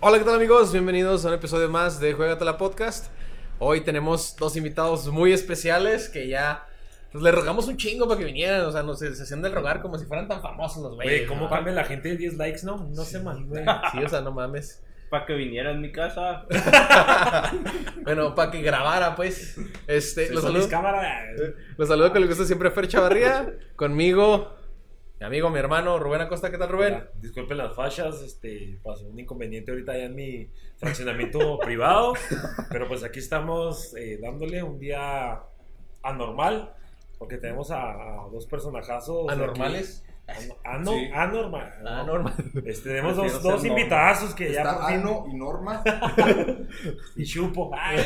Hola, ¿qué tal amigos? Bienvenidos a un episodio más de Juegatela Podcast. Hoy tenemos dos invitados muy especiales que ya pues, les rogamos un chingo para que vinieran. O sea, nos, se hacían del rogar como si fueran tan famosos los güeyes. Güey, ¿cómo ¿no? cambia la gente de 10 likes, no? No sé, man, güey. Sí, o sea, no mames. Para que viniera a mi casa. Bueno, para que grabara, pues. Este, los, Son mis saludo, cámaras. eh, los saludo con el gusto siempre Fer Chavarría. Conmigo, mi amigo, mi hermano Rubén Acosta. ¿Qué tal, Rubén? Hola, Disculpen las fallas, este, pasó un inconveniente ahorita allá en mi fraccionamiento privado, pero pues aquí estamos eh, dándole un día anormal, porque tenemos a, a dos personajazos. de aquí. ¿Anormales? Ano- ano- Sí. Anormal. Ah, normal. Este, tenemos Prefiero dos, ser dos normal. invitadazos que ya por Está fin- Ano y Norma. y chupo. Ay,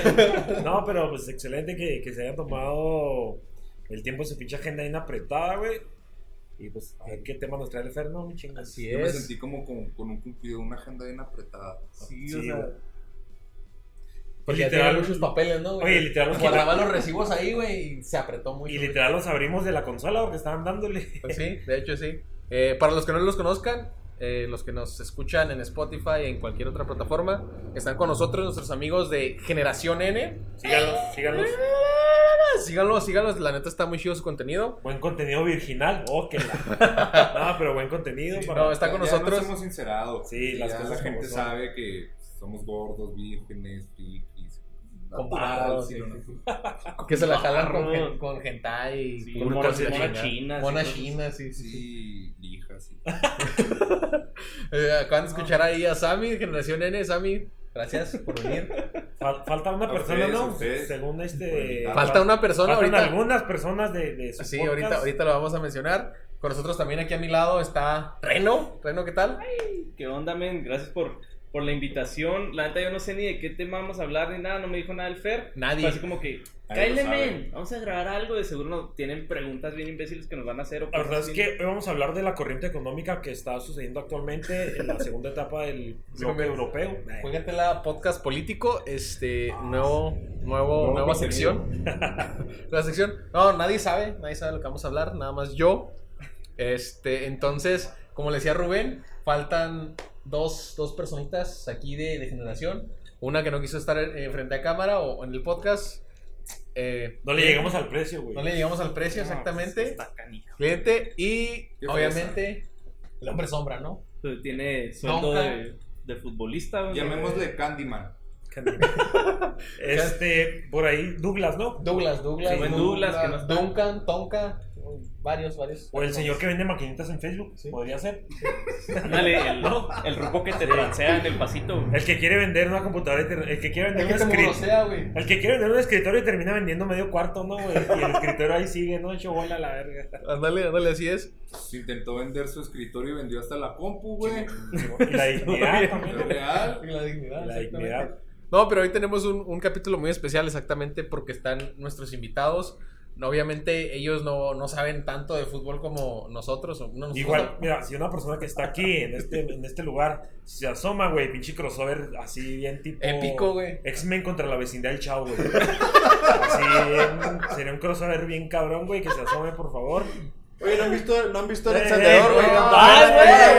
no, pero pues excelente que, que se hayan tomado el tiempo de su pinche agenda bien apretada, güey. Y pues, a ver qué tema nos trae el Fer, no, mi chinga. Así Yo me es. sentí como con, con un cumplido, una agenda bien apretada. Sí, Sí, o sea, güey. Porque ya Literal. tienen muchos papeles, ¿no? güey? Oye, literal, los- Guardaba los recibos ahí, güey, y se apretó mucho. y güey. literal los abrimos de la consola porque estaban dándole. Pues sí, de hecho sí. Eh, para los que no los conozcan, eh, los que nos escuchan en Spotify y en cualquier otra plataforma, están con nosotros nuestros amigos de Generación N. Síganos, síganos. Síganlo, síganlo, la neta está muy chido su contenido. Buen contenido virginal. Oh, que la. No, pero buen contenido. para- No, está con Ya nosotros. Nos hemos sincerado. Sí, las Ya cosas la como gente son. sabe que somos gordos, vírgenes, piquis. Comparados, Que se la jalan con, gen- con hentai y Sí, con monas- cosas monas chinas. chinas y Monas cosas- chinas, sí, sí. Sí, hijas. sí. Eh, acaban de escuchar ahí a Sammy, de Generación N. Sammy, gracias por venir. Fal- falta una A persona, ustedes, a ¿no? ustedes. Según este. Falta Falta una persona Faltan ahorita. algunas personas de, de su Sí, podcast. ahorita, ahorita lo vamos a mencionar. Con nosotros también aquí a mi lado está Reno. Reno, ¿qué tal? ¿Qué onda, men? Gracias por, por la invitación. La neta, yo no sé ni de qué tema vamos a hablar ni nada. No me dijo nada el Fer. Nadie. Fue Así como que, lo cállale, sabe. men. Vamos a grabar algo. De seguro nos tienen preguntas bien imbéciles que nos van a hacer. o La verdad es cosas que bien- hoy vamos a hablar de la corriente económica que está sucediendo actualmente en la segunda etapa del Sí, bloque hombre. eh, europeo. Eh, Juegatela podcast político, este nuevo, nuevo, Nuevo nueva contenido. sección. La sección. No, nadie sabe, nadie sabe lo que vamos a hablar, nada más yo. Este, entonces, como le decía Rubén, faltan dos, dos personitas aquí de, de generación. Una que no quiso estar eh, frente a cámara o en el podcast. Eh, No le llegamos al precio, güey. no le llegamos al precio No, pues, exactamente. Está canijo. cliente y ¿Qué obviamente el hombre sombra, ¿no? Pero Pues, Tiene sueldo Nunca. de, de futbolista. güey. Llamémosle Candyman. Este, por ahí, Douglas, ¿no? Douglas, Douglas, Sí, buen Douglas, que no está. Duncan, Tonka, varios, varios. O el señor que vende maquinitas en Facebook, Sí. podría ser. Ándale, el, el ropo que te transea en el pasito. güey. El que quiere vender una computadora, y ter- el que quiere Es vender que un como escritorio. grosea, güey. El que quiere vender un escritorio y termina vendiendo medio cuarto, ¿no, güey? Y el escritorio ahí sigue, ¿no? Hecho bola a la verga. Ándale, ándale, así es. Se intentó vender su escritorio y vendió hasta la compu, güey. Y la dignidad Es también. real. Y la dignidad. La exactamente. dignidad. No, pero hoy tenemos un, un capítulo muy especial exactamente porque están nuestros invitados. No, Obviamente ellos no, no saben tanto de fútbol como nosotros. o no, nosotros Igual, no. mira, si una persona que está aquí, en este, en este lugar, se asoma, güey, pinche crossover así bien tipo... Épico, güey. X-Men contra la vecindad del Chavo, güey. Así bien, sería un crossover bien cabrón, güey, que se asome, por favor. Oye, ¿no han visto, no han visto Eh, encendedor, eh, güey, eh, no, ¡Ay,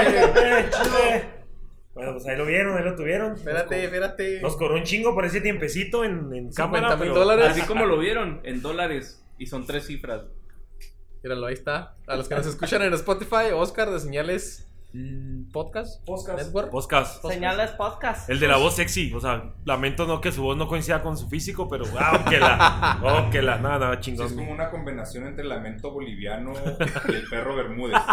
espérate, güey! Eh, eh. Bueno, pues ahí lo vieron, ahí lo tuvieron. Espérate, Nos co- espérate. Nos cobró un chingo por ese tiempecito en, en 50 cámara, mil pero... dólares. Así como lo vieron, en dólares. Y son tres cifras. Míralo, ahí está. A los que nos escuchan en Spotify, Oscar de Señales mm, Podcast. Podcast. Network. Podcast. Pues, Podcast. podcast. El de la voz sexy, o sea, lamento no que su voz no coincida con su físico, pero ah, que la, oh, que la, nada, nada, Sí, chingón. es como una combinación entre lamento boliviano y el perro Bermúdez.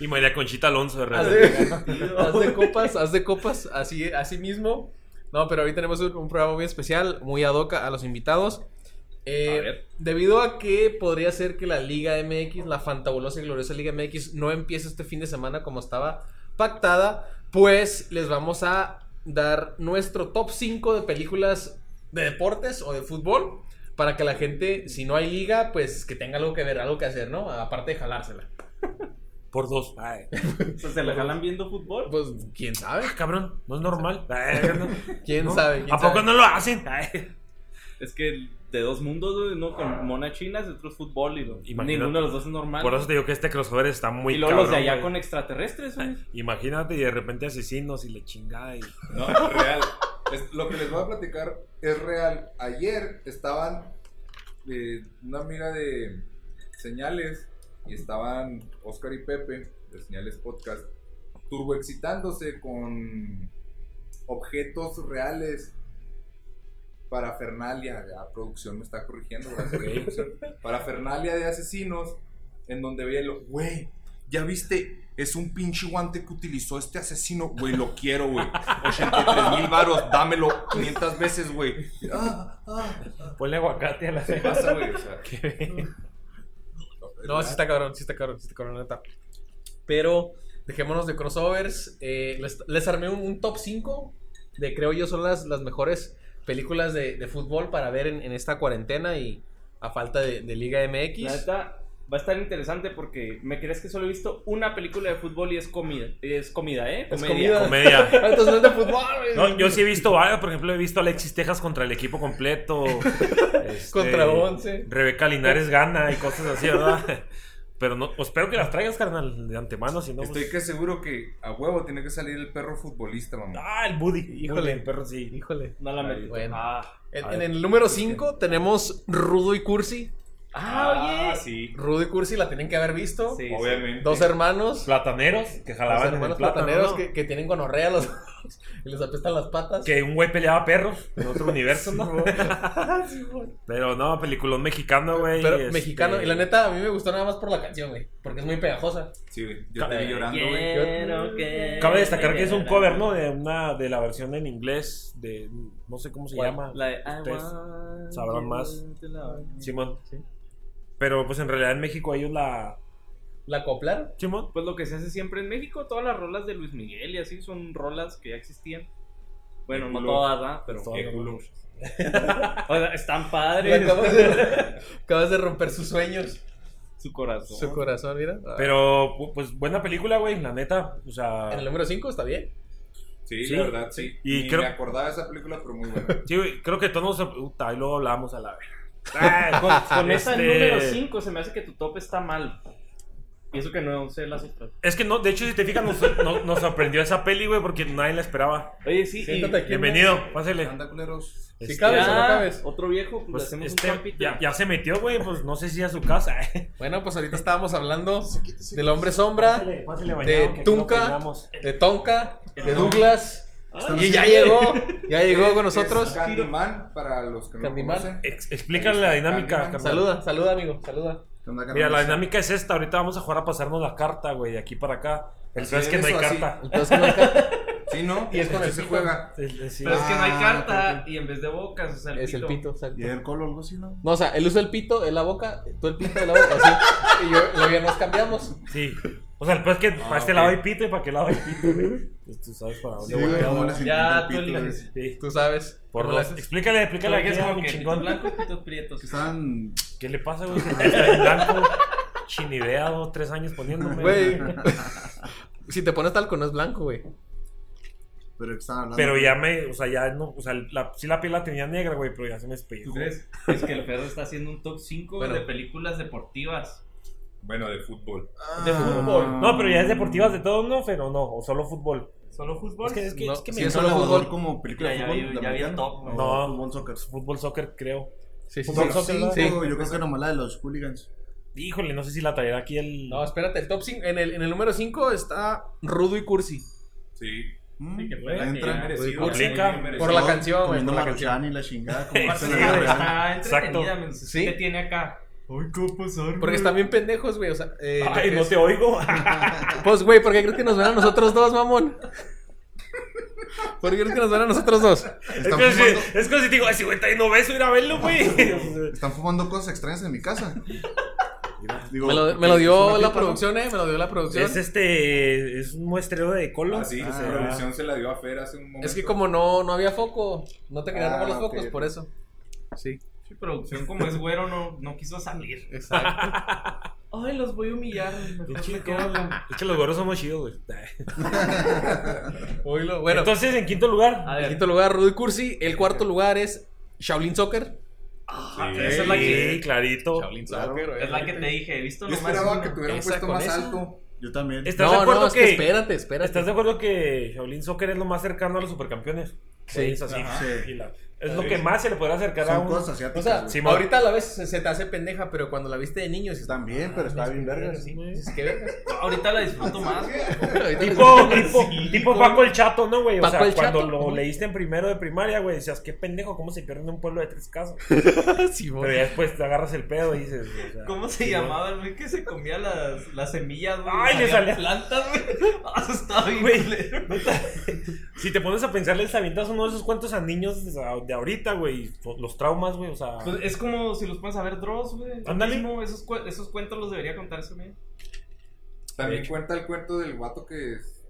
Y María Conchita Alonso pues, de Haz repente. de, haz de copas, haz de copas, así, así mismo. No, pero hoy tenemos un, un programa muy especial, muy ad hoc a los invitados. Eh, A ver. debido a que podría ser que la Liga MX, la fantabulosa y gloriosa Liga MX, no empiece este fin de semana como estaba pactada, pues les vamos a dar nuestro top 5 de películas de deportes o de fútbol para que la gente, si no hay liga, pues que tenga algo que ver, algo que hacer, ¿no? Aparte de jalársela. Por dos. Ay, O sea, Pues, se la jalan viendo fútbol. Pues quién sabe, cabrón, no es normal. Ay, no, quién ¿no? sabe. ¿Quién ¿A poco sabe? no lo hacen? Ay. Es que de dos mundos, güey, uno con mona chinas y otro es fútbol y lo- Imagínate. ninguno de los dos es normal. Por eso te digo que este crossover está muy y luego los de cabrón, allá güey. con extraterrestres, güey. Imagínate y de repente asesinos y la chingada y... No, es real. Es- lo que les voy a platicar es real. Ayer estaban eh, una mira de señales y estaban Oscar y Pepe de Señales Podcast turboexcitándose con objetos reales para Fernalia. La producción me está corrigiendo. gracias, producción. Para Fernalia de asesinos, en donde veía el güey. Ya viste, es un pinche guante que utilizó este asesino, güey, lo quiero, güey. 83 mil varos, dámelo 500 veces, güey. Ah, ah, Ponle aguacate a la ¿Qué pasa, güey? O sea, No, sí está cabrón, sí está cabrón, sí está cabrón, la neta. Pero dejémonos de crossovers. eh, les, les armé un, un top 5 de, creo yo, son las, las mejores películas de, de fútbol para ver en, en esta cuarentena y a falta de, de Liga La MX. neta, va a estar interesante porque me crees que solo he visto una película de fútbol y es comida. Es comida, ¿eh? Es Comedia. comida. Comedia. Ah, Entonces no es de fútbol, güey. No, yo sí he visto varios, por ejemplo, he visto a Alexis Texas contra el equipo completo. este, Contra 11. Rebeca Linares gana y cosas así, ¿verdad? Pero no, pues espero que las traigas, carnal, de antemano, si no. Estoy pues- que seguro que a huevo tiene que salir el perro futbolista, mamá. Ah, el Buddy. Híjole. Híjole, el perro sí. Híjole. No la Ay, metí. bueno. Ah, En, A en ver. el número 5 tenemos Rudo y Cursi. Ah, oye. sí. Rudo y Cursi la tienen que haber visto. Sí, sí. Obviamente. Dos hermanos. Plataneros que Los jalaban en el hermanos plátano, plataneros ¿no? que, que tienen gonorrea los dos y les apestan las patas. Que un güey peleaba perros en otro universo, ¿no? Sí, güey. Pero no, peliculón mexicano, güey. Pero este, mexicano. Y la neta, a mí me gustó nada más por la canción, güey. Porque es muy pegajosa. Sí, güey. Yo te vi llorando, güey. Quiero que Cabe eh, destacar que es un me cover, ¿no? De una de la versión en inglés de no sé cómo se ¿Cuál? llama. La de I Ustedes want sabrán you más. to love me. Simón. Sí. Pero pues en realidad en México ellos la. La acoplar. Simón. Pues lo que se hace siempre en México, todas las rolas de Luis Miguel y así son rolas que ya existían. Bueno, no culo. todas, ¿verdad? Pero Qué culo. o sea, están La padres. acabas, de, acabas de romper sus sueños. Su corazón. Su corazón, mira. Ah. Pero pu- pues buena película, güey, la neta. O En el sea. número 5 está bien. Sí, Sí. la verdad, sí. Y Ni creo- me acordaba de esa película, pero muy buena. Sí, güey, creo que todos nos. Puta, ahí luego hablamos a la vez. Con, con esa Este- número 5 se me hace que tu top está mal. Y eso que no sé las otras. Es que no, de hecho, si te fijas, nos, no- nos sorprendió esa peli, güey, porque nadie la esperaba. Oye, sí, y- Siéntate aquí. Bienvenido, pásele. Anda, culeros. Si Este, cabes o no Ya, cabes. Otro viejo, pues, le pues, hacemos este, un campito. ya, ya se metió, güey, pues no sé si a su casa. eh. Bueno, pues ahorita estábamos hablando del hombre sombra, Pásele, pásele, de bañado, que aquí Tunca. lo peinamos. de Tonka, de Ah. Douglas. Ah, Y ya llegó, ya llegó con nosotros. Candyman, para los que no lo Candyman. conocen. Ex- explícale la dinámica, Candyman, carnal. Saluda, saluda, amigo, saluda. ¿Qué onda, Mira, la carnales? dinámica es esta. Ahorita vamos a jugar a pasarnos la carta, güey, de aquí para acá. El Así peor es que no hay es, o así. carta. Entonces, ¿no? es Sí, ¿no? Y es con Así el se pico. juega. Es- es- sí. Pero es que no hay Ah, carta ok, y en vez de bocas, o sea, el el pito, exacto. Y el colo, algo así, ¿no? No, o sea, él usa el pito en la boca, tú el pito de la boca, así. Y yo, luego ya nos cambiamos. Sí. O sea, el peor es que para Ah, este ok. lado hay pito y para aquel lado hay pito, güey. Pues Tú sabes para dónde Sí, voy. güey, cómo Ya, les encanta el tú pito, eliges. güey. Sí. Tú sabes. Por ¿Cómo dos. le haces? Explícale, explícale que aquí es a como mi que pito chingón. blanco, pito prieto. Que están ¿Qué le pasa, güey? Está en blanco. Sin idea, dos, tres años poniéndome. Güey. Si te pones talco, no es blanco, güey. Pero que están hablando. Pero ya me, o sea, ya no, o sea, la, sí la piel la tenía negra, güey, pero ya se me espejó. crees? Es que el perro está haciendo un top 5 Bueno. de películas deportivas. Bueno, de fútbol. De fútbol. Ah. No, pero ya es deportivas de todo, ¿no, Fer? ¿O no? ¿O solo fútbol? ¿Solo fútbol? Es que, es que, No, es que sí, me es encanta solo fútbol. como película Ya, ya vi- ya vi americano. el top, güey. No. Fútbol, soccer. fútbol, soccer, creo. Sí, sí, Fútbol, sí. soccer. Sí. ¿no? Yo creo que nomás la de los hooligans. Híjole, no sé si la traerá aquí el... No, espérate, el top 5, en el, en el número 5 está Rudo y Cursi. Sí. Mm. Sí, que Ahí puede que entra. ya. Merecido. Aplica. muy bien Por la Todo canción, güey, comiendo por la Maruchan y la chingada. como Sí, hacen en Sí, la güey, real. está Exacto. entretenida, men, Sí. ¿Qué tiene acá? Ay, ¿qué va a pasar, Porque güey? están bien pendejos, güey. O sea, eh, Ay, que no es- te oigo. Pues, güey, ¿por qué crees que nos ven a nosotros dos, mamón? ¿Por qué crees que nos ven a nosotros dos? es, Están como si, fumando- es como si te digo, ay, si güey, está ahí no beso, ir a verlo, güey. Están fumando cosas extrañas en mi casa. Digo, Me lo, me lo dio ¿es una la pipa, producción, eh. Me lo dio la producción. es este, es un muestreo de colos. Ah, sí, Ah, esa ah. producción se la dio a Fer hace un momento. Es que como no, no había foco, no te querían Ah, robar los ok, focos, ok. por eso. Sí. Sí, producción como es güero no, no quiso salir. Exacto. Ay, los voy a humillar. De mejor hecho, me quedo. de hecho, los gorros somos chidos, güey. Oílo. Bueno, Entonces, en quinto lugar. A el ver, quinto lugar, Rudy Cursi. El cuarto lugar es Shaolin Soccer. Sí. esa es la que, Sí, clarito. Shaolin claro. es la que te dije. He visto Yo nomás esperaba una. que tuviera un Esa puesto con más esa. alto. Yo también. ¿Estás de No, acuerdo no, es que que- espérate, espérate. ¿Estás de acuerdo que Shaolin Soccer es lo más cercano a los supercampeones? Sí. Es así. Ajá. Y la- Es lo que más se le podrá acercar a Son un. cosas O asiáticas. sea, güey. Sí, mo- ahorita a la vez se se te hace pendeja, pero cuando la viste de niño, dices, También, pero está bien vergas. Ah, Sí, dices, ¿qué vergas? No, ahorita la disfruto más. güey. Ahorita Tipo, tipo, Sí, tipo güey. Paco el Chato, ¿no, güey? O Paco sea, el cuando Chato, lo ajá. leíste en primero de primaria, güey, decías, qué pendejo, cómo se pierde en un pueblo de tres casas. Sí, Pero ya después te agarras el pedo y dices, o sea, ¿Cómo se sí, llamaba el güey que se comía las, las semillas, güey? Ay, le salía- Salían plantas, güey. Ah, eso estaba bien Güey. culero. Si te pones a pensar, les avientas uno de esos cuentos a niños de ahorita, güey, los traumas, güey, o sea. Pues es como si los pones a ver Dross, güey. Ándale. Mismo, Esos, cue- esos cuentos los debería contar ese güey. También cuenta el cuento del guato que es-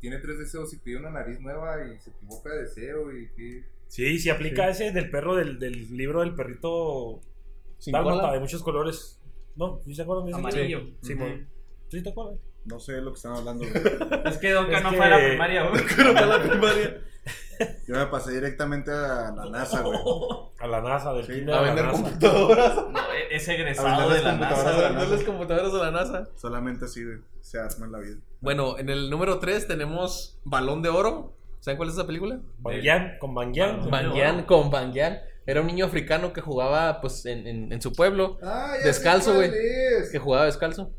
tiene tres deseos y pide una nariz nueva y se equivoca de deseo y pide- Sí, si aplica ese del perro del, del libro del perrito Sin dálmata cola. de muchos colores. ¿No? ¿Sí se acuerdan de ese? Amarillo. Sí, mon. ¿Sí te acuerdas? No sé de lo que están hablando. güey. Es que Donka Es no que- fue a la primaria, güey. Pero para la primaria. Yo me pasé directamente a la NASA, güey. A la NASA, del Sí. kinder A de la vender NASA. computadoras. No, e- es egresado Hablando de de la NASA. computadoras. A de la vender NASA. las computadoras de la NASA. Solamente así, güey. Se arma la vida. Bueno, en el número 3 tenemos Balón de Oro. ¿Saben cuál es esa película? Banguian, con Banguian. Banguian con Banguian. Era un niño africano que jugaba pues en, en- en su pueblo, Ah, ya Descalzo, sé cuál güey. es. que jugaba descalzo.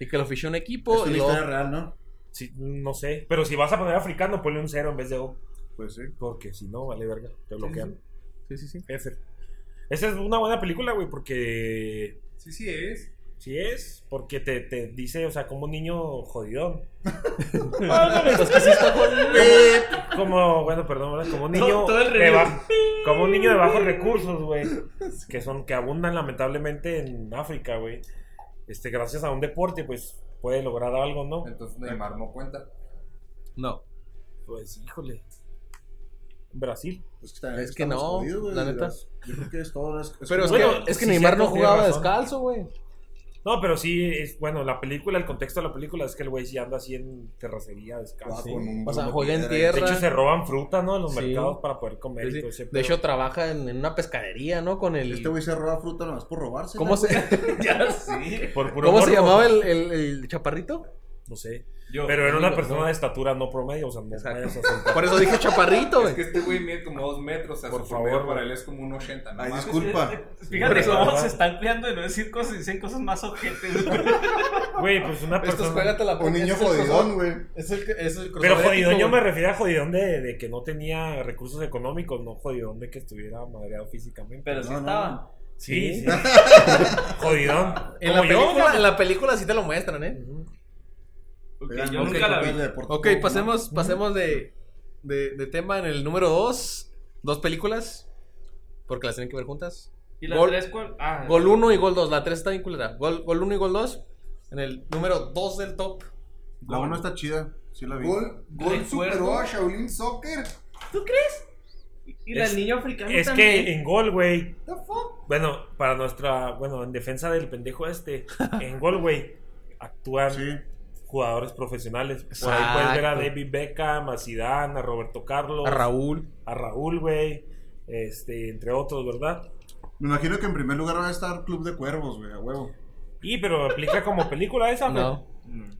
Y que lo fichó un Es equipo una y luego- historia real, ¿no? Sí, no sé. Pero si vas a poner africano, ponle un cero en vez de O. Pues sí. Porque si no, vale verga. Te bloquean. Sí, sí, sí. F. Esa es una buena película, güey, porque. Sí, sí es. Sí es, porque te, te dice, o sea, como un niño jodidón. Ah, Los que sí están jodidos. Como, bueno, perdón, ¿verdad? como un niño Todo- todo el de review. ba- como un niño de bajos recursos, güey, que son que abundan lamentablemente en África, güey. Este, gracias a un deporte, pues puede lograr algo, ¿no? Entonces Neymar no cuenta. No, Pues, híjole. Brasil. Pues que también Es que estamos no, jodidos, güey. la neta. Yo creo que es todo. Es, es pero es como- que, Bueno, es que sí, Neymar cierto, no jugaba tiene razón. descalzo, güey. No, pero sí es bueno, la película, el contexto de la película es que el güey sí anda así en terracería Ah, descalzo. con un O sea, balón de juega en piedra y- De tierra. hecho se roban fruta, ¿no? En los Sí. mercados para poder comer Sí, y sí. todo ese De pedo. hecho trabaja en, en una pescadería, ¿no? Con el... Este güey se roba fruta nomás por robarse. ¿Cómo se, Ya, sí. Por puro ¿cómo se morbo. llamaba el, el- el chaparrito? No sé. Yo, Pero era una digo, persona no. de estatura no promedio, o sea, no Exacto. vayas a soltar. Por eso dije chaparrito, Es güey. que este güey mide como dos metros, o sea, Por su favor, promedio güey. para él es como un 80, ¿no? Ay, mames. disculpa. Fíjate Por cómo eso. se está ampliando de no decir cosas y dicen cosas más objetivas. Güey, pues una Estos persona. juégate la Un niño jodidón, güey. Es el, es el Pero crossover jodidón, épico, yo me güey. refiero a jodidón de, de que no tenía recursos económicos, no jodidón de que estuviera madreado físicamente. Pero sí No, no, estaba. no. Sí, sí. jodidón. En la, Como yo. película, en la película sí te lo muestran, ¿eh? Ujú. Ok, Oigan, yo no, nunca que la vi. juegan de deporte Ok, todo, ¿no? pasemos, pasemos de, de, de tema en el número 2. Dos películas. Porque las tienen que ver juntas. ¿Y las Gol- tres cuál? Ah, Gol 1 y gol 2. La 3 está bien culera. Gol, gol 1 y gol 2. En el número 2 del top. La uno está chida. Sí la vi. Gol, gol Recuerdo. superó a Shaolin Soccer. y la es- eh, niño africano Es también. que en gol, güey. The fuck? Bueno, para nuestra. Bueno, en defensa del pendejo este. En gol, güey. Actúan Sí. jugadores profesionales. Por ahí puedes ver a Exacto. David Beckham, a Zidane, a Roberto Carlos, A Raúl. a Raúl, güey. Este, entre otros, ¿verdad? Me imagino que en primer lugar va a estar Club de Cuervos, güey, a huevo. Y pero aplica como película esa, güey. No. Mm.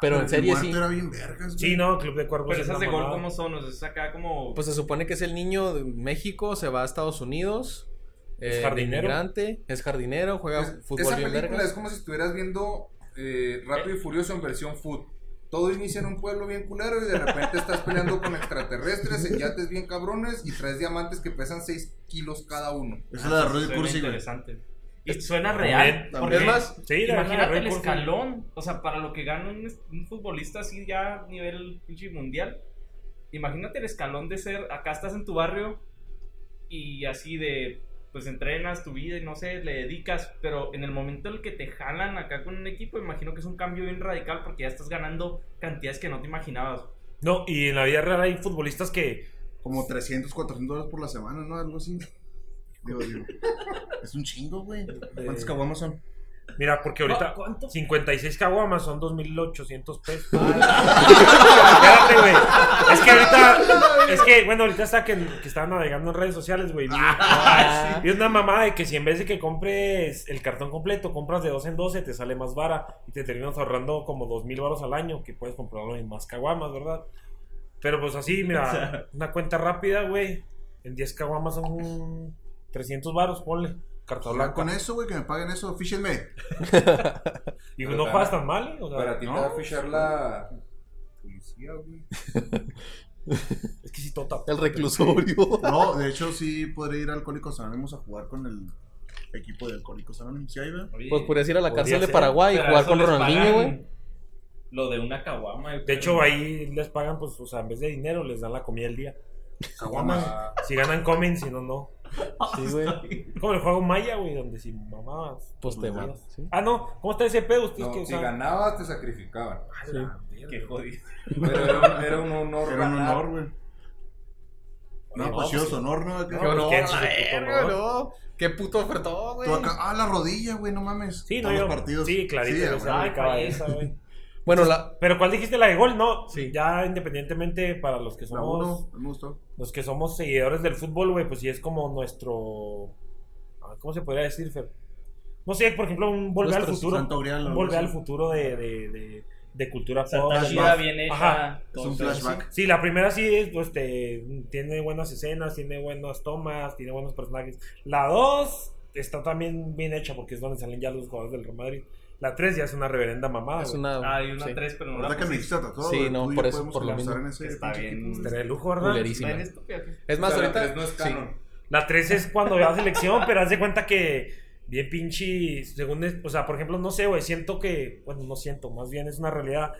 Pero en serie El muerto sí. era bien vergas, güey. Sí, no, Club de Cuervos. Pero es esas una de gol, mamada. ¿cómo son? O sea, es acá como. Pues se supone que es el niño de México. Se va a Estados Unidos. Es eh, jardinero. inmigrante, es jardinero. Juega Es- fútbol Pues, esa bien película verga. es como si estuvieras viendo eh, Rápido y Furioso en versión food. Todo inicia en un pueblo bien culero y de repente estás peleando con extraterrestres en yates bien cabrones y traes diamantes que pesan 6 kilos cada uno. Esa es la de Rudy suena Cursi, güey. interesante. Y suena También, real. también. porque Es más, Sí, la imagínate verdad, el Ray Kurz, escalón. O sea, para lo que gana un, un futbolista así ya a nivel pinche mundial. Imagínate el escalón de ser. Acá estás en tu barrio y así de. Pues entrenas tu vida y no sé, le dedicas. Pero en el momento en el que te jalan acá con un equipo, imagino que es un cambio bien radical porque ya estás ganando cantidades que no te imaginabas. No, y en la vida real hay futbolistas que, Como 300, 400 dólares por la semana, ¿no? Algo así. Digo, digo, es un chingo, güey. ¿Cuántos caguamas son? Mira, porque ahorita Ah, ¿Cuánto? 56 caguamas son 2.800 pesos. Espérate, güey. Es que ahorita, es que, bueno, ahorita está que, que estaba navegando en redes sociales, güey. Ah, vi- Ah, Y es una mamada de que si en vez de que compres el cartón completo, compras de 12 en 12, te sale más vara y te terminas ahorrando como 2.000 baros al año, que puedes comprarlo en más caguamas, ¿verdad? Pero pues así, mira, una cuenta rápida, güey. En 10 caguamas son 300 baros, ponle. Carta Hablar blanca. con eso, güey, que me paguen eso, fíjenme. Y Pero no para- pagas tan mal, ¿eh? O sea, Para ti te no. va a fichar la policía, güey. Es que sí, tota. El reclusorio. No, de hecho, sí podré ir a Alcohólicos Anónimos a jugar con el equipo de Alcohólicos Anónimos. ¿Sí hay, verdad? Pues podrías ir a la Podría cárcel de ser, Paraguay y Pero jugar eso con les Ronaldinho, pagan güey. Lo de una caguama. De hecho, ahí les pagan, pues, o sea, en vez de dinero, les dan la comida del día. Ah, Si ganan, comen, si no, no. Sí, güey. Como el juego Maya, güey, donde si mamabas. Pues te Dios. matas. Sí. Ah, no, ¿cómo está ese pedo? Ustedes no, que, o si sea, ganabas, te sacrificaban. a la mierda. Qué jodido. Pero era un, era un honor. Era un ganar. honor, güey. No, no, pues sí, pues su honor, ¿no? Acá. Qué honor, ¿quién se la supo, verga, no? no. Qué puto ofertón, güey. Tú acá, ah, la rodilla, güey, no mames. Sí, no, Todos yo. los partidos. Sí, clarito, Sí, yo güey. se aplicaba güey. esa, güey. Bueno, la, Pero ¿cuál dijiste la de gol? No, Sí. ya independientemente para los que La somos uno, me gustó. los que somos seguidores del fútbol, güey, pues sí es como nuestro. ah, ¿Cómo se podría decir, Fer? No sé, por ejemplo, un volver al Nuestro futuro. Santo Grial, un algo volver así. al futuro de, de, de, de cultura pop. Santa chida, flashback. bien hecha. Ajá, Es todo un eso. flashback. Sí, la primera sí es, pues, te- tiene buenas escenas, tiene buenas tomas, tiene buenos personajes. La 2 está también bien hecha porque es donde salen ya los jugadores del Real Madrid. La 3 ya es una reverenda mamada. es güey. una. Ah, hay una sí. tres, pero no la Ahorita que me pusiste. dijiste tatuado, Sí, güey, no, tú y yo por eso- podemos por lo avanzar mismo. en ese Está pinche bien. equipo. Estaría de lujo, ¿verdad? Culerísimo. Está bien estúpida. Es O más, sea, la ahorita. tres no es sí. canon. La 3 es cuando vas a selección, pero haz de cuenta que bien pinche, según, es- o sea, por ejemplo, no sé, güey, siento que, bueno, no siento, más bien es una realidad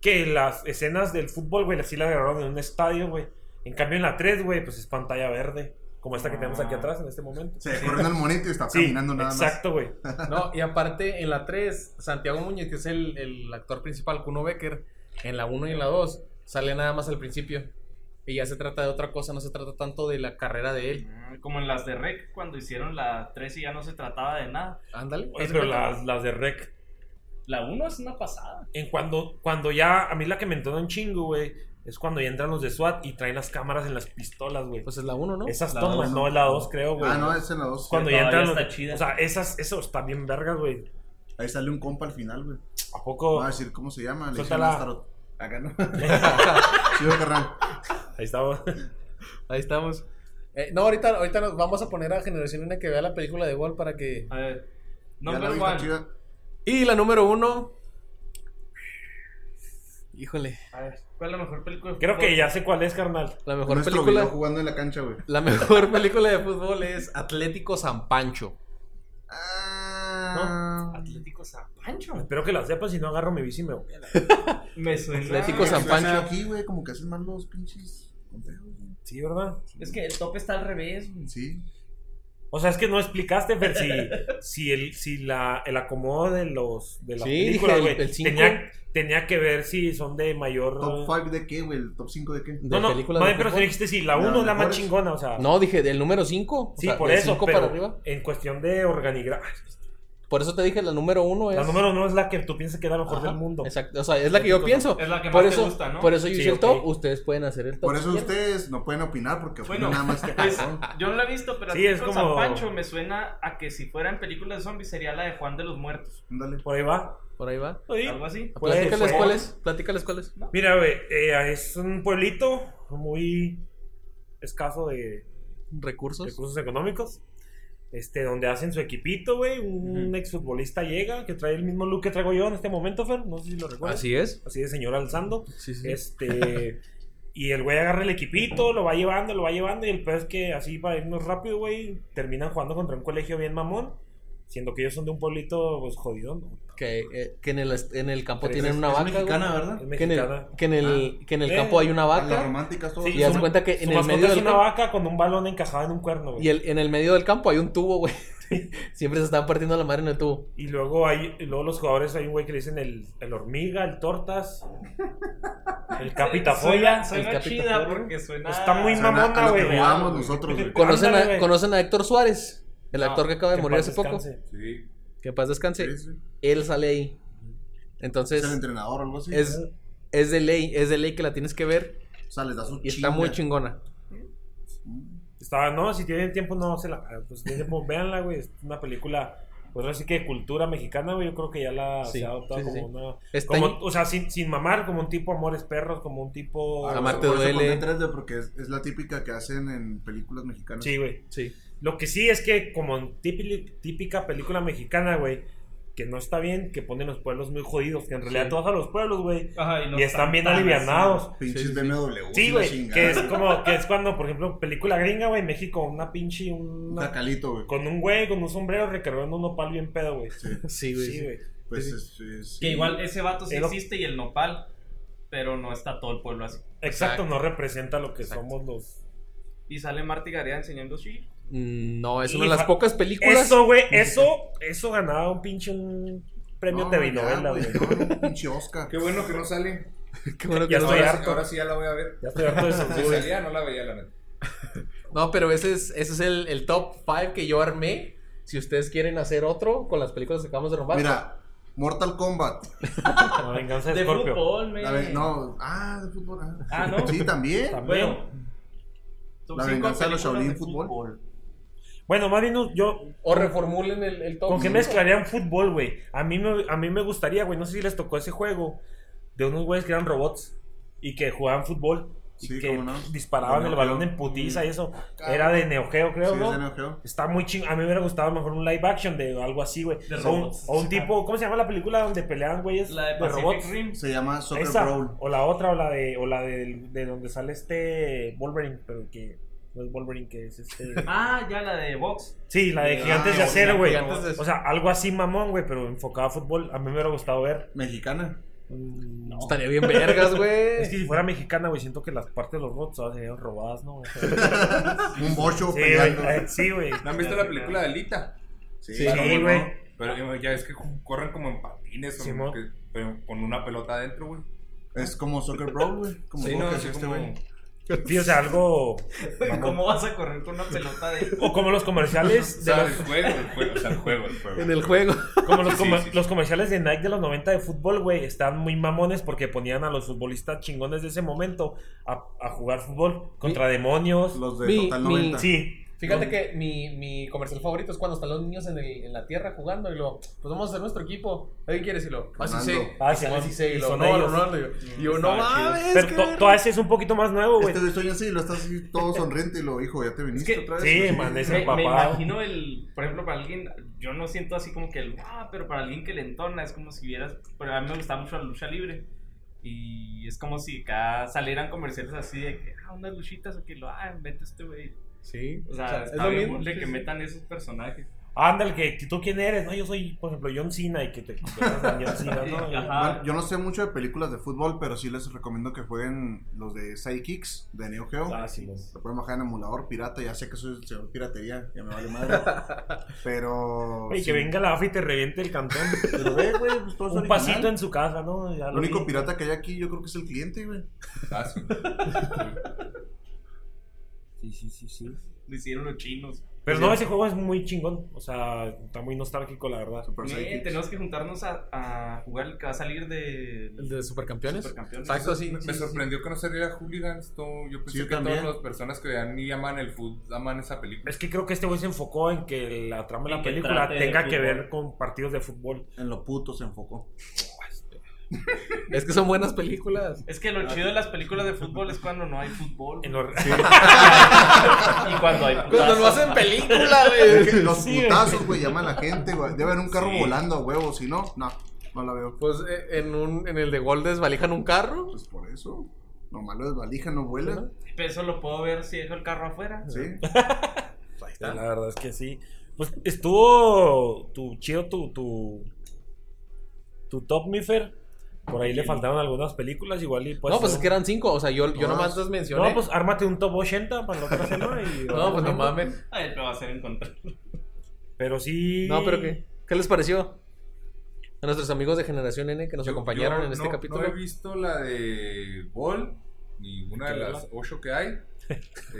que las escenas del fútbol, güey, sí la grabaron en un estadio, güey. En cambio, en la 3, güey, pues es pantalla verde, como esta que tenemos Ah. aquí atrás en este momento. Se corriendo el monito y está Sí, caminando nada más. exacto, güey. No, y aparte, en la 3, Santiago Muñoz, que es el, el actor principal, Kuno Becker, en la 1 y en la 2, sale nada más al principio. Y ya se trata de otra cosa, no se trata tanto de la carrera de él. Ah, Como en las de Rec, cuando hicieron la 3 y ya no se trataba de nada. Ándale. Oye, haz de pero cuenta. las, las de rec, La 1 es una pasada. en cuando, cuando ya, a mí la que me entona un chingo, güey, es cuando ya entran los de SWAT y traen las cámaras en las pistolas, güey. Pues es la uno, ¿no? Esas la tomas, dos, no, la 2 creo, güey. Ah, no, es en la dos. Cuando Sí, ya todavía entran los- está chida. O sea, esas, eso está bien vergas, güey. Ahí sale un compa al final, güey. ¿A No poco? va a decir cómo se llama. Le dicen Suéltala. Lázaro. Acá no. Sí, güey, carnal. Ahí estaba. Ahí estamos. Eh, no, ahorita, ahorita nos vamos a poner a Generación N que vea la película de Wall para que. A ver. Ya la Number vi, está one. chida. Y la número 1. Híjole. A ver, ¿cuál es la mejor película? de Creo que fútbol? ya sé cuál es, carnal. La mejor Nuestro película. video jugando en la cancha, güey. La mejor película de fútbol es Atlético San Pancho. Ah, Atlético San Pancho. Espero que la sepas si no agarro mi bici y me voy. Me suena. Atlético San Pero Pancho. aquí, güey, como que hacen mal los pinches conteos, güey. Sí, ¿verdad? Es que el tope está al revés. güey. Sí. O sea, es que no explicaste, Fer, si, si, el, si la, el acomodo de los de la Sí, película, dije, güey. el- el cinco. Tenía, tenía que ver si son de mayor. ¿Top 5 de qué, güey? ¿El top 5 de qué? De no, no, películas no, de pero si fútbol. dijiste si la De 1 las es la más mejores. chingona, o sea. No, dije del número 5. sí, por eso. 5 pero para arriba. En cuestión de organigrama. Por eso te dije, la número 1 es. La número uno es la que tú piensas que es la mejor Pues, Ajá, del mundo. Exacto. O sea, es la que yo pienso. Es la que más Por te eso, gusta, ¿no? por eso yo Sí, hice ok. el top. Ustedes pueden hacer el top. Por eso si quieren. ustedes no pueden opinar porque Bueno, opinan nada más que Pues, cabrón. yo no la he visto, pero Sí, Atlético es como- San Pancho me suena a que si fueran películas de zombies sería la de Juan de los Muertos. Ándale. Por ahí va. Por ahí va. Sí. Algo así. Pues, platícales fue- cuáles. Platícales cuáles. Mira, güey, eh, es un pueblito muy escaso de Recursos. recursos económicos. Este, donde hacen su equipito, güey. Un Ujú. exfutbolista llega que trae el mismo look que traigo yo en este momento, Fer. No sé si lo recuerdas. Así es. Así de señor alzando. Sí, sí. Este. y el güey agarra el equipito, lo va llevando, lo va llevando. Y el peor es que así para irnos rápido, güey. Terminan jugando contra un colegio bien mamón. Siendo que ellos son de un pueblito, pues jodidón. ¿no? Que, eh, que en, el, est- en el campo Pero tienen una vaca. mexicana, güey. ¿verdad? Es Que en mexicana. el, que en el, que en el Eh, campo hay una Las vaca. románticas, todo. Sí, Y haz su- cuenta que en Su el mascota medio es del una campo. vaca con un balón encajado en un cuerno, güey. Y el- en el medio del campo hay un tubo, güey. Siempre se estaban partiendo la madre en el tubo. Y luego hay, y luego los jugadores hay un güey que le dicen el, el hormiga, el tortas, el capitafolla. Suena, suena el chida Capitafolio. porque suena. Está muy Suena a mamona, lo que güey. jugábamos nosotros, güey. ¿Conocen, Ándale, a, güey. ¿Conocen a Héctor Suárez? El No, actor que acaba de que en morir paz hace poco. descanse. Sí. Que en paz descanse. Sí, sí. Él sale ahí. Es Entonces, el entrenador o algo así. es, es de ley, es de ley que la tienes que ver. O sea, les da su Mm. Y está muy chingona. Estaba, no, si tienen tiempo, no, se la, pues si tienen tiempo, véanla, güey. Es una película, pues ahora sí que de cultura mexicana, güey. Yo creo que ya la Sí, se ha adoptado sí, sí, como sí. una. Está Como, en- o sea, sin, sin mamar, como un tipo Amores Perros, como un tipo. Ah, Amarte por eso duele. pondré 3D porque es, es la típica que hacen en películas mexicanas. Sí, güey. Sí. Lo que sí es que, como en típica, típica película mexicana, güey, que no está bien, que ponen los pueblos muy jodidos, que en realidad Sí. tú vas a los pueblos, güey, Ajá, no y están bien tan así. alivianados. Pinches Sí, sí, sí. BMW. Sí, la güey, chingada. que es como, que es cuando, por ejemplo, película gringa, güey, en México, una pinche, Un una- tacalito, güey. con un güey, con un sombrero recargando un nopal bien pedo, güey. Sí, Sí, güey. sí. güey. Pues es, es- Que igual ese vato sí Pero- existe y el nopal. Pero no está todo el pueblo así. Exacto, Exacto. no representa lo que Exacto. somos los... Y sale Marty Gareda enseñando sí. Mm, No, es Y una de las fa- pocas películas. Eso, güey, eso, eso ganaba un pinche un premio No, TV ya, novela, güey. güey. no, no, pinche Oscar. Qué bueno que no sale. Qué bueno que Ya no estoy la- Ahora, sí- harto. ahora sí ya la voy a ver. Ya estoy harto de esos, Si güey. salía, no la veía, la neta. No, pero ese es, ese es el, el top 5 que yo armé. Si ustedes quieren hacer otro con las películas que acabamos de romper. Mira, Mortal Kombat. La venganza de De Scorpio. fútbol, me. La ve- no, ah, de fútbol. Ah, Ah, ¿no? Sí, también. También. Bueno. La venganza de los Shaolin fútbol. Bueno, más bien, no, yo, O reformulen el, el top. ¿Con qué cinco. mezclarían fútbol, güey? A mí, me, a mí me gustaría, güey. No sé si les tocó ese juego de unos güeyes que eran robots y que jugaban fútbol y Sí, que cómo no. disparaban Con el Neo balón Geo. en putiza y eso. Cabrón. Era de Neo Geo, creo, Sí, ¿no? es de Neo Geo. Está muy ching. A mí me hubiera gustado mejor un live action de algo así, güey. De O un, robots. o un tipo, ¿cómo se llama la película donde peleaban güeyes La de de Pacific robots? Rim. Se llama Soccer Esa, Brawl. o la otra, o la de, o la de, de donde sale este Wolverine, pero que no es Wolverine, que es este. Ah, ya la de box. Sí, la de Ah, Gigantes de Acero, güey. Gigantes de- O sea, algo así mamón, güey, pero enfocado a fútbol. A mí me hubiera gustado ver. Mexicana. No. Estaría bien vergas, Es que güey. si fuera mexicana, güey, siento que las partes de los robots todas serían robadas, ¿no? Sí, Un bocho güey. peleando. eh, Sí, güey. ¿No han visto la película de Alita? Sí, Sí, cómo no. güey. Pero ya es que corren como en patines o Simón. que- pero con una pelota adentro, güey. Es como Soccer Brawl, güey. Como Sí, lo no, así que hacía este como- güey. Sí, o sea, algo. mamón. ¿Cómo vas a correr con una pelota de.? O como los O comerciales de sea, los, el juego, el juego, o sea, el juego, el juego. En el juego. como los, Sí, comer- sí, sí. los comerciales de Nike de los 90 de fútbol, güey, estaban muy mamones porque ponían a los futbolistas chingones de ese momento a, a jugar fútbol contra demonios. Los de Mi- Total mi- 90. Sí, Fíjate que mi, mi comercial favorito es cuando están los niños en, el- en la tierra jugando y luego, pues vamos a hacer nuestro equipo. ¿Alguien quiere decirlo? Así Ronaldo. sé. Ah, Así Simón. sé. Y Y luego, son no, ellos. Ronaldo. Y yo, y yo, no estaba chido. mames. pero qué to- verga". todo ese es un poquito más nuevo, güey. Este güey soy así y lo estás así todo sonriente y lo hijo, ya te viniste Es que- otra vez. sí, man, es- Me, me empapado. imagino el, por ejemplo, para alguien, yo no siento así como que el, ah, pero para alguien que le entona, es como si vieras, pero a mí me gusta mucho la lucha libre. Y es como si acá salieran comerciales así de que, ah, unas luchitas o que lo, ah, mete este güey. Sí. O sea, es está lo bien mismo. mole sí, que sí. metan esos personajes. Ándale, que que tú quién eres, ¿no? Yo soy, por ejemplo, John Cena y que te conviertas en John Cena, ¿no? Ajá. Bueno, yo no sé mucho de películas de fútbol, pero sí les recomiendo que jueguen los de Sidekicks de Neo Geo. Ah, sí, pues. Lo pueden bajar en emulador pirata, ya sé que soy el señor piratería, ya me vale madre. Pero. Oye, sí. que venga la AFI y te reviente el cantón. Pero ve, güey, pues todo es Un original. pasito en su casa, ¿no? Ya El lo único vi. pirata que hay aquí, yo creo que es el cliente, güey. Ah, sí. Sí, sí, sí, sí. Lo hicieron los chinos. Pero no, ese juego es muy chingón. O sea, está muy nostálgico, la verdad. Super Eh, Sidekicks. tenemos que juntarnos a, a jugar el que va a salir de, ¿El de supercampeones? Supercampeones. Exacto, sí. Me sí, sí, sorprendió que no saliera Hooligans. todo- Yo pensé Sí, yo que también. todas las personas que vean y aman el fútbol aman esa película. Es que creo que este güey se enfocó en que la trama de Y la que película trate de tenga que fútbol. ver con partidos de fútbol. En lo puto se enfocó. sí. Es que son buenas películas. Es Ah, que lo chido de las películas de fútbol es cuando no hay fútbol. En lo- Y cuando hay Cuando lo putazos. hacen película, Es güey. que los Sí, güey. putazos, güey, llama a la gente, güey. Debe haber un carro Sí. volando a huevo, si no, no, no la veo. Pues eh, en, un, en el de Gold desvalijan un carro. Pues por eso. Nomás lo desvalija, no vuela. Pero eso lo puedo ver si dejo el carro afuera. Sí. Ahí está. la verdad es que sí. Pues estuvo tu chido tu tu, tu top mifer. Por ahí le faltaron algunas películas, igual y pues. no, pues es que ¿eh? eran cinco. O sea, yo, yo Todas. nomás las mencioné. No, pues pues, ármate un top 80 para la otra semana y. no mames. Ay, pero va a ser encontrar. Pero sí. No, pero ¿qué? ¿Qué les pareció? A nuestros amigos de Generación N que nos Yo- acompañaron yo en este no- capítulo. No he visto la de Ball, ninguna de Hay que las ocho que hay.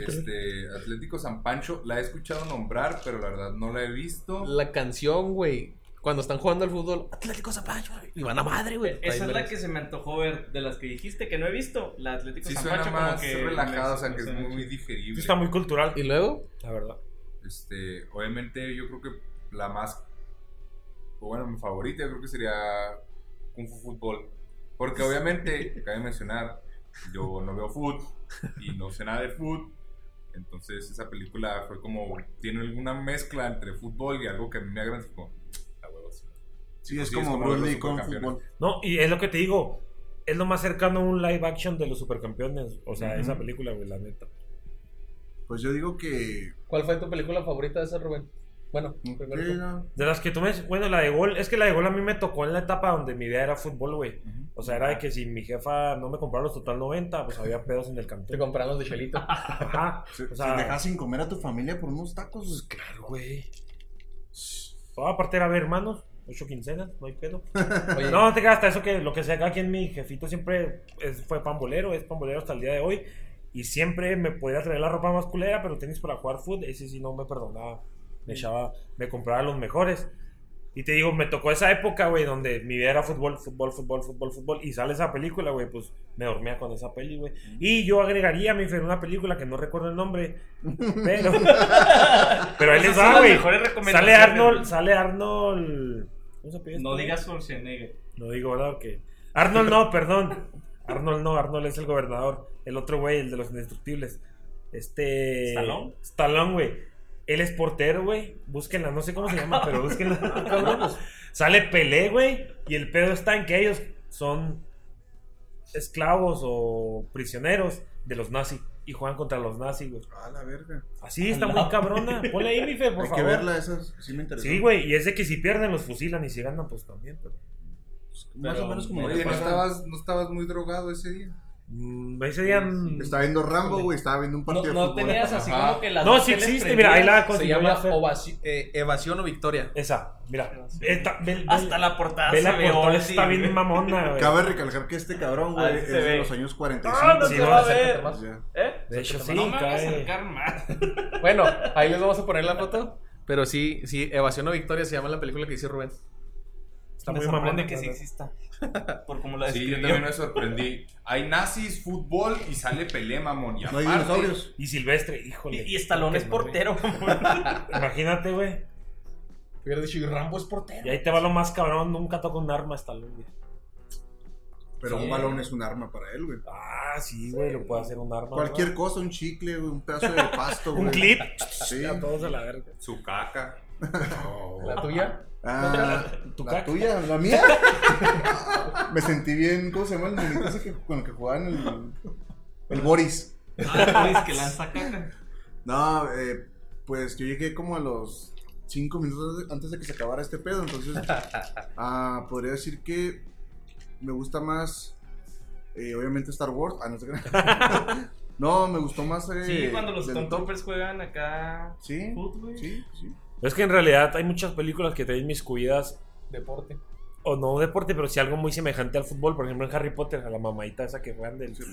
Este, Atlético San Pancho, la he escuchado nombrar, pero la verdad no la he visto. La canción, güey. Cuando están jugando al fútbol, Atlético Zapacho, güey, y van a madre, güey. Esa es Ahí la ves. que se me antojó ver, de las que dijiste que no he visto. La Atlético Sí San suena Pancho, más como que. relajada, me- o sea que es me- muy digerible. Está muy cultural, Y luego, la verdad. Este, obviamente yo creo que la más, o bueno, mi favorita yo creo que sería Kung Fu Fútbol. Porque obviamente, cabe mencionar, yo no veo foot y no sé nada de foot. Entonces esa película fue como, tiene alguna mezcla entre fútbol y algo que a mí me agrada. así como, "Ah, huevo, sí". Sí, pues es sí, es como como Bruce los Lee con supercampeones. fútbol. No, y es lo que te digo. Es lo más cercano a un live action de los supercampeones. O sea, Ujú. esa película, güey, la neta. Pues yo digo que. ¿cuál fue tu película favorita de esa, Rubén? Bueno, Mm, eh, primero tú. era- De las que tú me. Bueno, la de gol. Es que la de gol a mí me tocó en la etapa donde mi vida era fútbol, güey. O sea, era de que si mi jefa no me compraba los total 90, pues había pedos en el te cantón. compraron los de Chelito. Ajá. Se, O sea- se deja sin comer a tu familia por unos tacos. pues, claro. Güey. Todo aparte era ver hermanos. Ocho quincenas, no hay pedo. Oye, Eh, No, no te creas, hasta eso que lo que sea, cada quien mi jefito siempre es- fue pambolero, es pambolero hasta el día de hoy. Y siempre me podía traer la ropa más culera, pero tenis para jugar fútbol, ese sí no me perdonaba. Me echaba, me compraba los mejores. Y te digo, me tocó esa época, güey, donde mi vida era fútbol, fútbol, fútbol, fútbol, fútbol. Y sale esa película, güey, pues me dormía con esa peli, güey. Mm. Y yo agregaría, mi fer, una película que no recuerdo el nombre, pero. pero ahí Esas les son va, las güey. mejores Sale recomendaciones. Arnold, sale Arnold. ¿Cómo se apellida No este güey? digas Schwarzenegger. No digo, ¿verdad? Que... Arnold no, perdón. Arnold no, Arnold es el gobernador. El otro güey, el de los indestructibles. Este. ¿Stallone? Stallone, güey. Él es portero, güey. Búsquenla, no sé cómo se llama, pero Ah, búsquenla. Sale Pelé, güey. Y el pedo está en que ellos son esclavos o prisioneros de los nazis. Y juegan contra los nazis, güey. A la verga. Así está muy cabrona. Ponle ahí, mi fe, por Hay favor. que verla, esa sí me interesa. Sí, güey. Y es de que si pierden los fusilan y si ganan, pues también. Pero... Más Pero- o menos como. Oye, lo ¿no que pasa- estabas, ¿no estabas muy drogado ese día? Mm, ese día. mm, Estaba viendo Rambo, güey. Estaba viendo un No, partido de no fútbol. tenías así Ajá. como que las. No, dos sí teles existe, prendidas. mira, ahí la se consiguió llama la Fer. ovaci- eh, Evasión o Victoria. Esa, mira. Esta- ve- ve- Hasta la portada ve se la ve portada, oldie, está bien güey. mamona, güey. Cabe recalcar que este cabrón, güey, Ahí es se de ve. los años 45. Ah, no Sí, se no, va a acércate ver. más. pues, Ya. ¿Eh? De hecho, sí, no me vas a cae. sacar más. Bueno, ahí les vamos a poner la foto. Pero sí, sí, Evasión o Victoria se llama la película que hizo Rubén. Está me muy sorprende mamona. que sí la exista. Por como la Sí, yo describió. también me sorprendí. Hay nazis, fútbol y sale Pelé, mamón. Y No hay aparte- dinosaurios. verdad. Y Silvestre, híjole. y, y Stallone es Qué mamón. portero. Imagínate, güey. Hubiera dicho, "Y Rambo es portero. Y ahí te va lo más cabrón. Nunca toca un arma Stallone, güey. Pero Sí. un balón es un arma para él, güey. Ah, sí, güey, lo puede hacer un arma. Cualquier cosa, un chicle, güey, un pedazo de pasto, güey. Un clip. Sí. güey. A todos a la verga. Su caca. La tuya. Ah, ¿Tu la caca? tuya, la mía. Me sentí bien, ¿cómo se llama el monito ese que, con el que jugaban el, el Boris? Ah, güey, es que lanza caca. No, eh, pues yo llegué como a los cinco minutos antes de que se acabara este pedo, entonces ah, podría decir que me gusta más, eh, obviamente Star Wars, ah, no sé qué. No, me gustó más. eh, Sí, cuando los del top. Stormtroopers juegan acá. Sí, Foot, güey. sí, sí. Es que en realidad hay muchas películas que traen mis cuidas Deporte. o no deporte, pero sí algo muy semejante al fútbol. Por ejemplo, en Harry Potter, a la mamadita esa que juegan del. Ujú.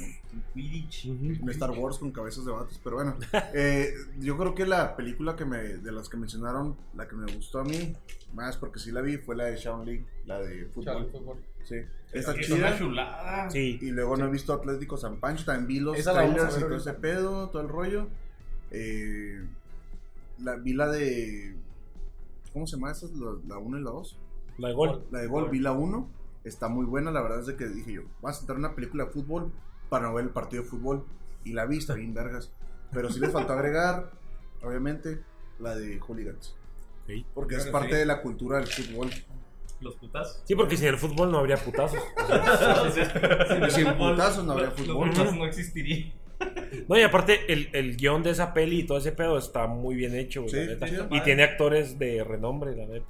En Star Wars con cabezas de vatos, pero bueno. Eh, yo creo que la película que me, de las que mencionaron, la que me gustó a mí, más porque sí la vi, fue la de Shawn Lee, la de Chale, fútbol. fútbol. Sí. Está Es una chida. Ah, chulada. Sí. Y luego no he visto Atlético San Pancho, también vi los Esa la vamos a trailers y ver todo ahorita. ese pedo, todo el rollo. Eh, la, vi la de. ¿Cómo se llama esa? La 1 y la 2. La de gol. La de Gol, vi la 1. Está muy buena, la verdad es de que dije yo, vas a entrar una película de fútbol para no ver el partido de fútbol. Y la vi, está bien vergas. Pero sí les faltó agregar, obviamente, la de Hooligans. Sí. Porque es Claro, parte sí. de la cultura del fútbol. Los putazos. Sí, porque sin el fútbol no habría putazos. O sea, Sin los- putazos no habría los- fútbol. Los putazos no existiría. No, y aparte, el, el guión de esa peli y todo ese pedo está muy bien hecho, güey, Sí, la neta. sí, sí. Y tiene actores de renombre, la neta.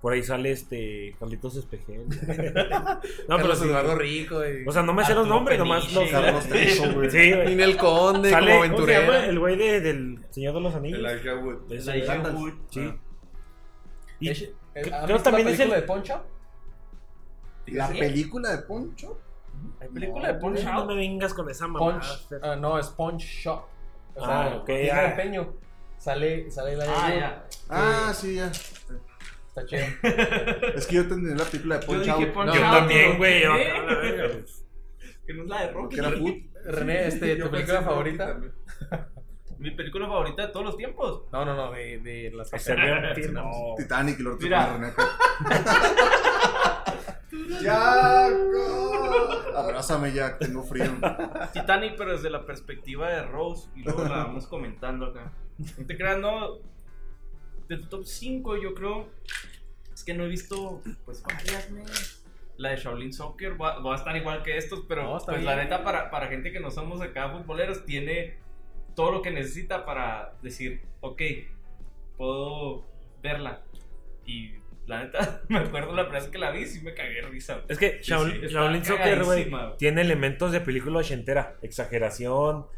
Por ahí sale este Carlitos Espejel. no, pero Carlos sí. Eduardo Rico. y- O sea, no me sé los Arturo nombres, nomás Peniche. los. Carlos Trejo, güey. Sí, güey. Ninel Conde, Sale, como ¿cómo se llama? aventurero. El güey de- del Señor de los Anillos. El Elijah Wood. Ese Elijah güey. Wood. Sí. Y Es- creo- ¿Han creo visto también la es película el- de Poncho? ¿Ah, ¿La ¿Sí? película de Poncho? ¿Hay película de Punch No Out? me vengas con esa mamada. Punch. Fer. ah, no, es Punch Shop. O sea, Ah, ok, es ya. jalapeño. Sale, sale la Ah, ya. Ah, sí, ya. Está chido. Es que yo entendí la película de Yo Poncho. dije Punch Yo Out, también, ¿no? güey. yo- ¿Eh? a la verga. Que no es la de Rocky. Que era food. René, este, ¿tu película favorita? Mi película favorita de todos los tiempos. No, no, no, de, de las que Ser bien- no. Titanic y Lord Mira. Jack. Abrázame, Jack, tengo frío. Titanic, pero desde la perspectiva de Rose. Y luego la vamos comentando acá. No te creas, no. De tu top 5, yo creo. Es que no he visto, pues, varias, men. La de Shaolin Soccer va, va a estar igual que estos, pero No, está pues bien. la neta, para, para gente que no somos acá futboleros, tiene todo lo que necesita para decir, ok, puedo verla. Y la neta, me acuerdo la primera vez que la vi, sí me cagué de risa. Es que Sí, sí, Shaolin está Shaolin Soccer, güey, cagadísima, güey. tiene elementos de película ochentera. Exageración,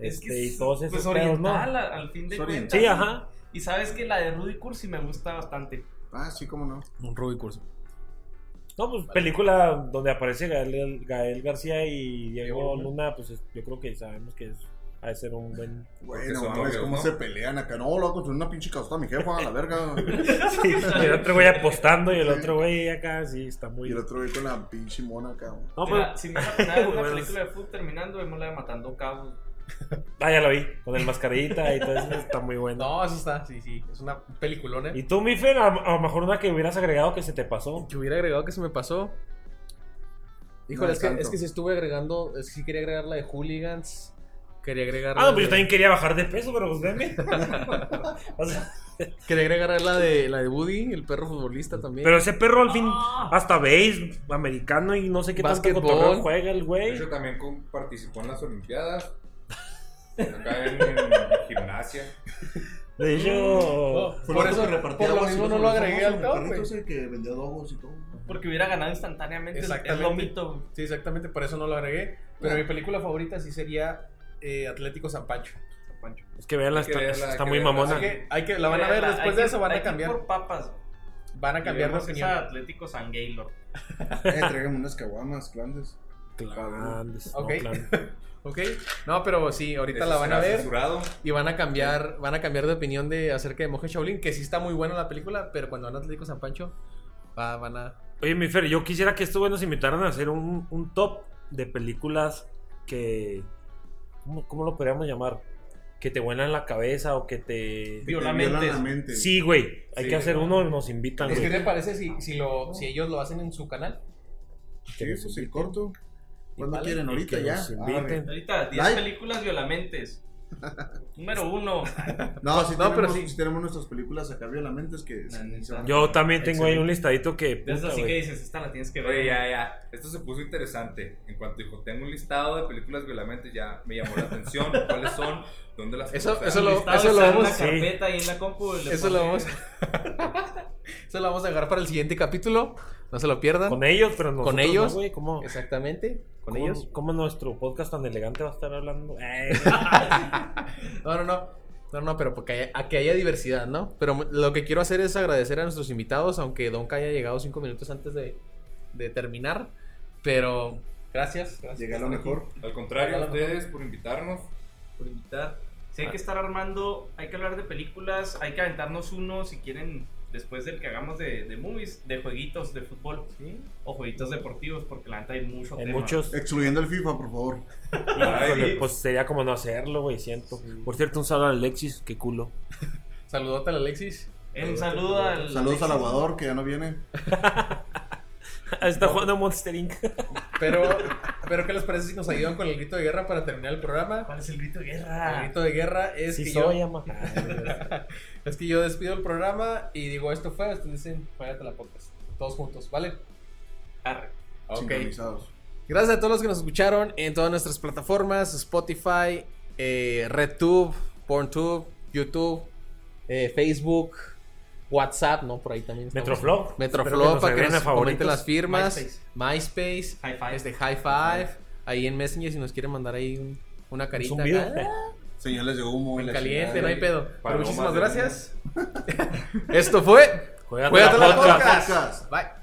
Es que este, y es, todos esos pues, pedos, ¿no? oriental, a- al fin de Es oriental. Sí, cuentas. ajá. Y sabes que la de Rudy Cursi me gusta bastante. Ah, sí, cómo no. Un Ruby Curso. No, pues película donde aparece Gael, Gael García y Diego Diego Luna. Luna, pues es- yo creo que sabemos que es, ha de ser un buen... Porque Bueno, son mames, novios, cómo ¿no? se pelean acá. No, lo con una pinche causa a mi jefa, a la verga. Sí, el otro güey apostando y el otro güey acá, sí, está muy... Y el otro güey con la pinche mona acá. güey. No, pues, pero... Mira, si me vas a poner una Bueno. película de fútbol terminando, vemos la de Matando Cabos. Ah, ya lo vi, con el mascarita y todo eso, está muy bueno. No, eso está, sí, sí. Es una peliculona. Y tú, Mifen, a, a lo mejor una que hubieras agregado que se te pasó. que hubiera agregado que se me pasó. Híjole, No, es, que, tanto. es que si estuve agregando, es que sí quería agregar la de Hooligans. Quería agregar. Ah, la no, pues yo de- también quería bajar de peso, pero pues veme. O sea, Quería agregar la de, la de Woody, el perro futbolista también. pero ese perro al fin, Ah. hasta veis, americano y no sé qué tanto Básquetbol. cotorreo juega el De güey. hecho, también con- participó en las Olimpiadas. Acá en, en gimnasia. De No, hecho, por eso, por lo mismo no lo agregué al top, güey. Es el que vendía dogos y todo. Porque hubiera ganado instantáneamente el- el Exactamente. lomito. Sí, exactamente, por eso no lo agregué. Pero mi película favorita sí sería eh, Atlético San Pancho. San Pancho. es que veanla, Hay que está, verla, está hay que muy verla. mamona. Así que hay que, la van a ver, Créanla, después hay de que- eso van hay a que cambiar. por papas. Van a cambiar de Cambiamos esa opinión. Atlético San Gaylord. Eh, tráigame unas caguamas, grandes. Ah, andes, Ok. no, claro. Ok. No, pero sí, ahorita Eso la van será a ver. Censurado. Y van a cambiar, van a cambiar de opinión de acerca de Moje Shaolin, que sí está muy buena la película, pero cuando van a Atlético San Pancho, va- van a. Oye, mi Fer, yo quisiera que estos güey nos invitaran a hacer un, un top de películas que. ¿cómo, cómo lo podríamos llamar? Que te vuelan la cabeza o que te. Viola Te mentes. violan la mente. Sí, güey. Hay Sí, que hacer güey. uno y nos invitan, Es que güey. te parece si, si, lo, si ellos lo hacen en su canal. Sí, pues en corto. ¿Cuándo vale, quieren? y Ahorita que ya. Ah, nos inviten. Ahorita, 10 Like. películas violamentes. Número 1. Arre. No, No, sí tenemos, pero sí. sí. tenemos nuestras películas acá violamentas que... La neta. se van a- Yo también tengo ahí un listadito que. De esas puta, así que güey. dices, esta la tienes que ver. Oye, ya, ya. Esto se puso interesante. En cuanto dijo, tengo un listado de películas violamente, ya me llamó la atención. ¿Cuáles son? ¿Dónde las Eso- puedo eso usar? lo- Estaba eso lo usando vamos- una Sí. carpeta ahí en la compu. y le Eso lo pone- vamos Eso lo vamos a dejar para el siguiente capítulo. No se lo pierdan. Con ellos, pero nosotros no, ellos. güey. ¿Cómo, Exactamente. Con cómo- ellos. cómo nuestro podcast tan elegante va a estar hablando? Eh, No, no, no. No, no, pero porque haya- a que haya diversidad, ¿no? Pero lo que quiero hacer es agradecer a nuestros invitados, aunque Donka haya llegado cinco minutos antes de, de terminar. Pero gracias, gracias. Llegué a lo mejor. Al contrario, a ustedes por invitarnos. por invitar. Sí, hay que estar armando, hay que hablar de películas, hay que aventarnos uno si quieren después del que hagamos de, de movies, de jueguitos de fútbol o jueguitos deportivos, porque la neta hay mucho hay tema. muchos. Excluyendo el FIFA, por favor. Híjole, pues sería como no hacerlo, güey, siento. Por cierto, un saludo a Alexis, qué culo. Saludote al Alexis. Eh, un saludo al Saludos al aguador que ya no viene. Está jugando Monster Inc. Pero, pero ¿qué les parece si nos ayudan con el grito de guerra para terminar el programa? ¿Cuál es el grito de El guerra? grito de guerra es, Sí que, soy, yo, ama. es que yo despido el programa y digo esto fue, ustedes dicen, váyate la podcast. Todos juntos, ¿vale? Arre. Ok. Sincronizados. Gracias a todos los que nos escucharon en todas nuestras plataformas, Spotify, eh, RedTube, PornTube, YouTube, eh, Facebook, WhatsApp, ¿no? Por ahí también. estamos. Metroflow. Espero Metroflop, nos para que agreguen nos a favoritos. comenten las firmas. MySpace. MySpace. High five. Este High Five. Ahí en Messenger si nos quieren mandar ahí un- una carita. Un zumbido. acá. Señales de humo. y la Caliente, chingada. no hay pedo. Pero Palomas muchísimas de gracias. Esto fue Juégatela Juégatela podcast. podcast. Podcast. Bye.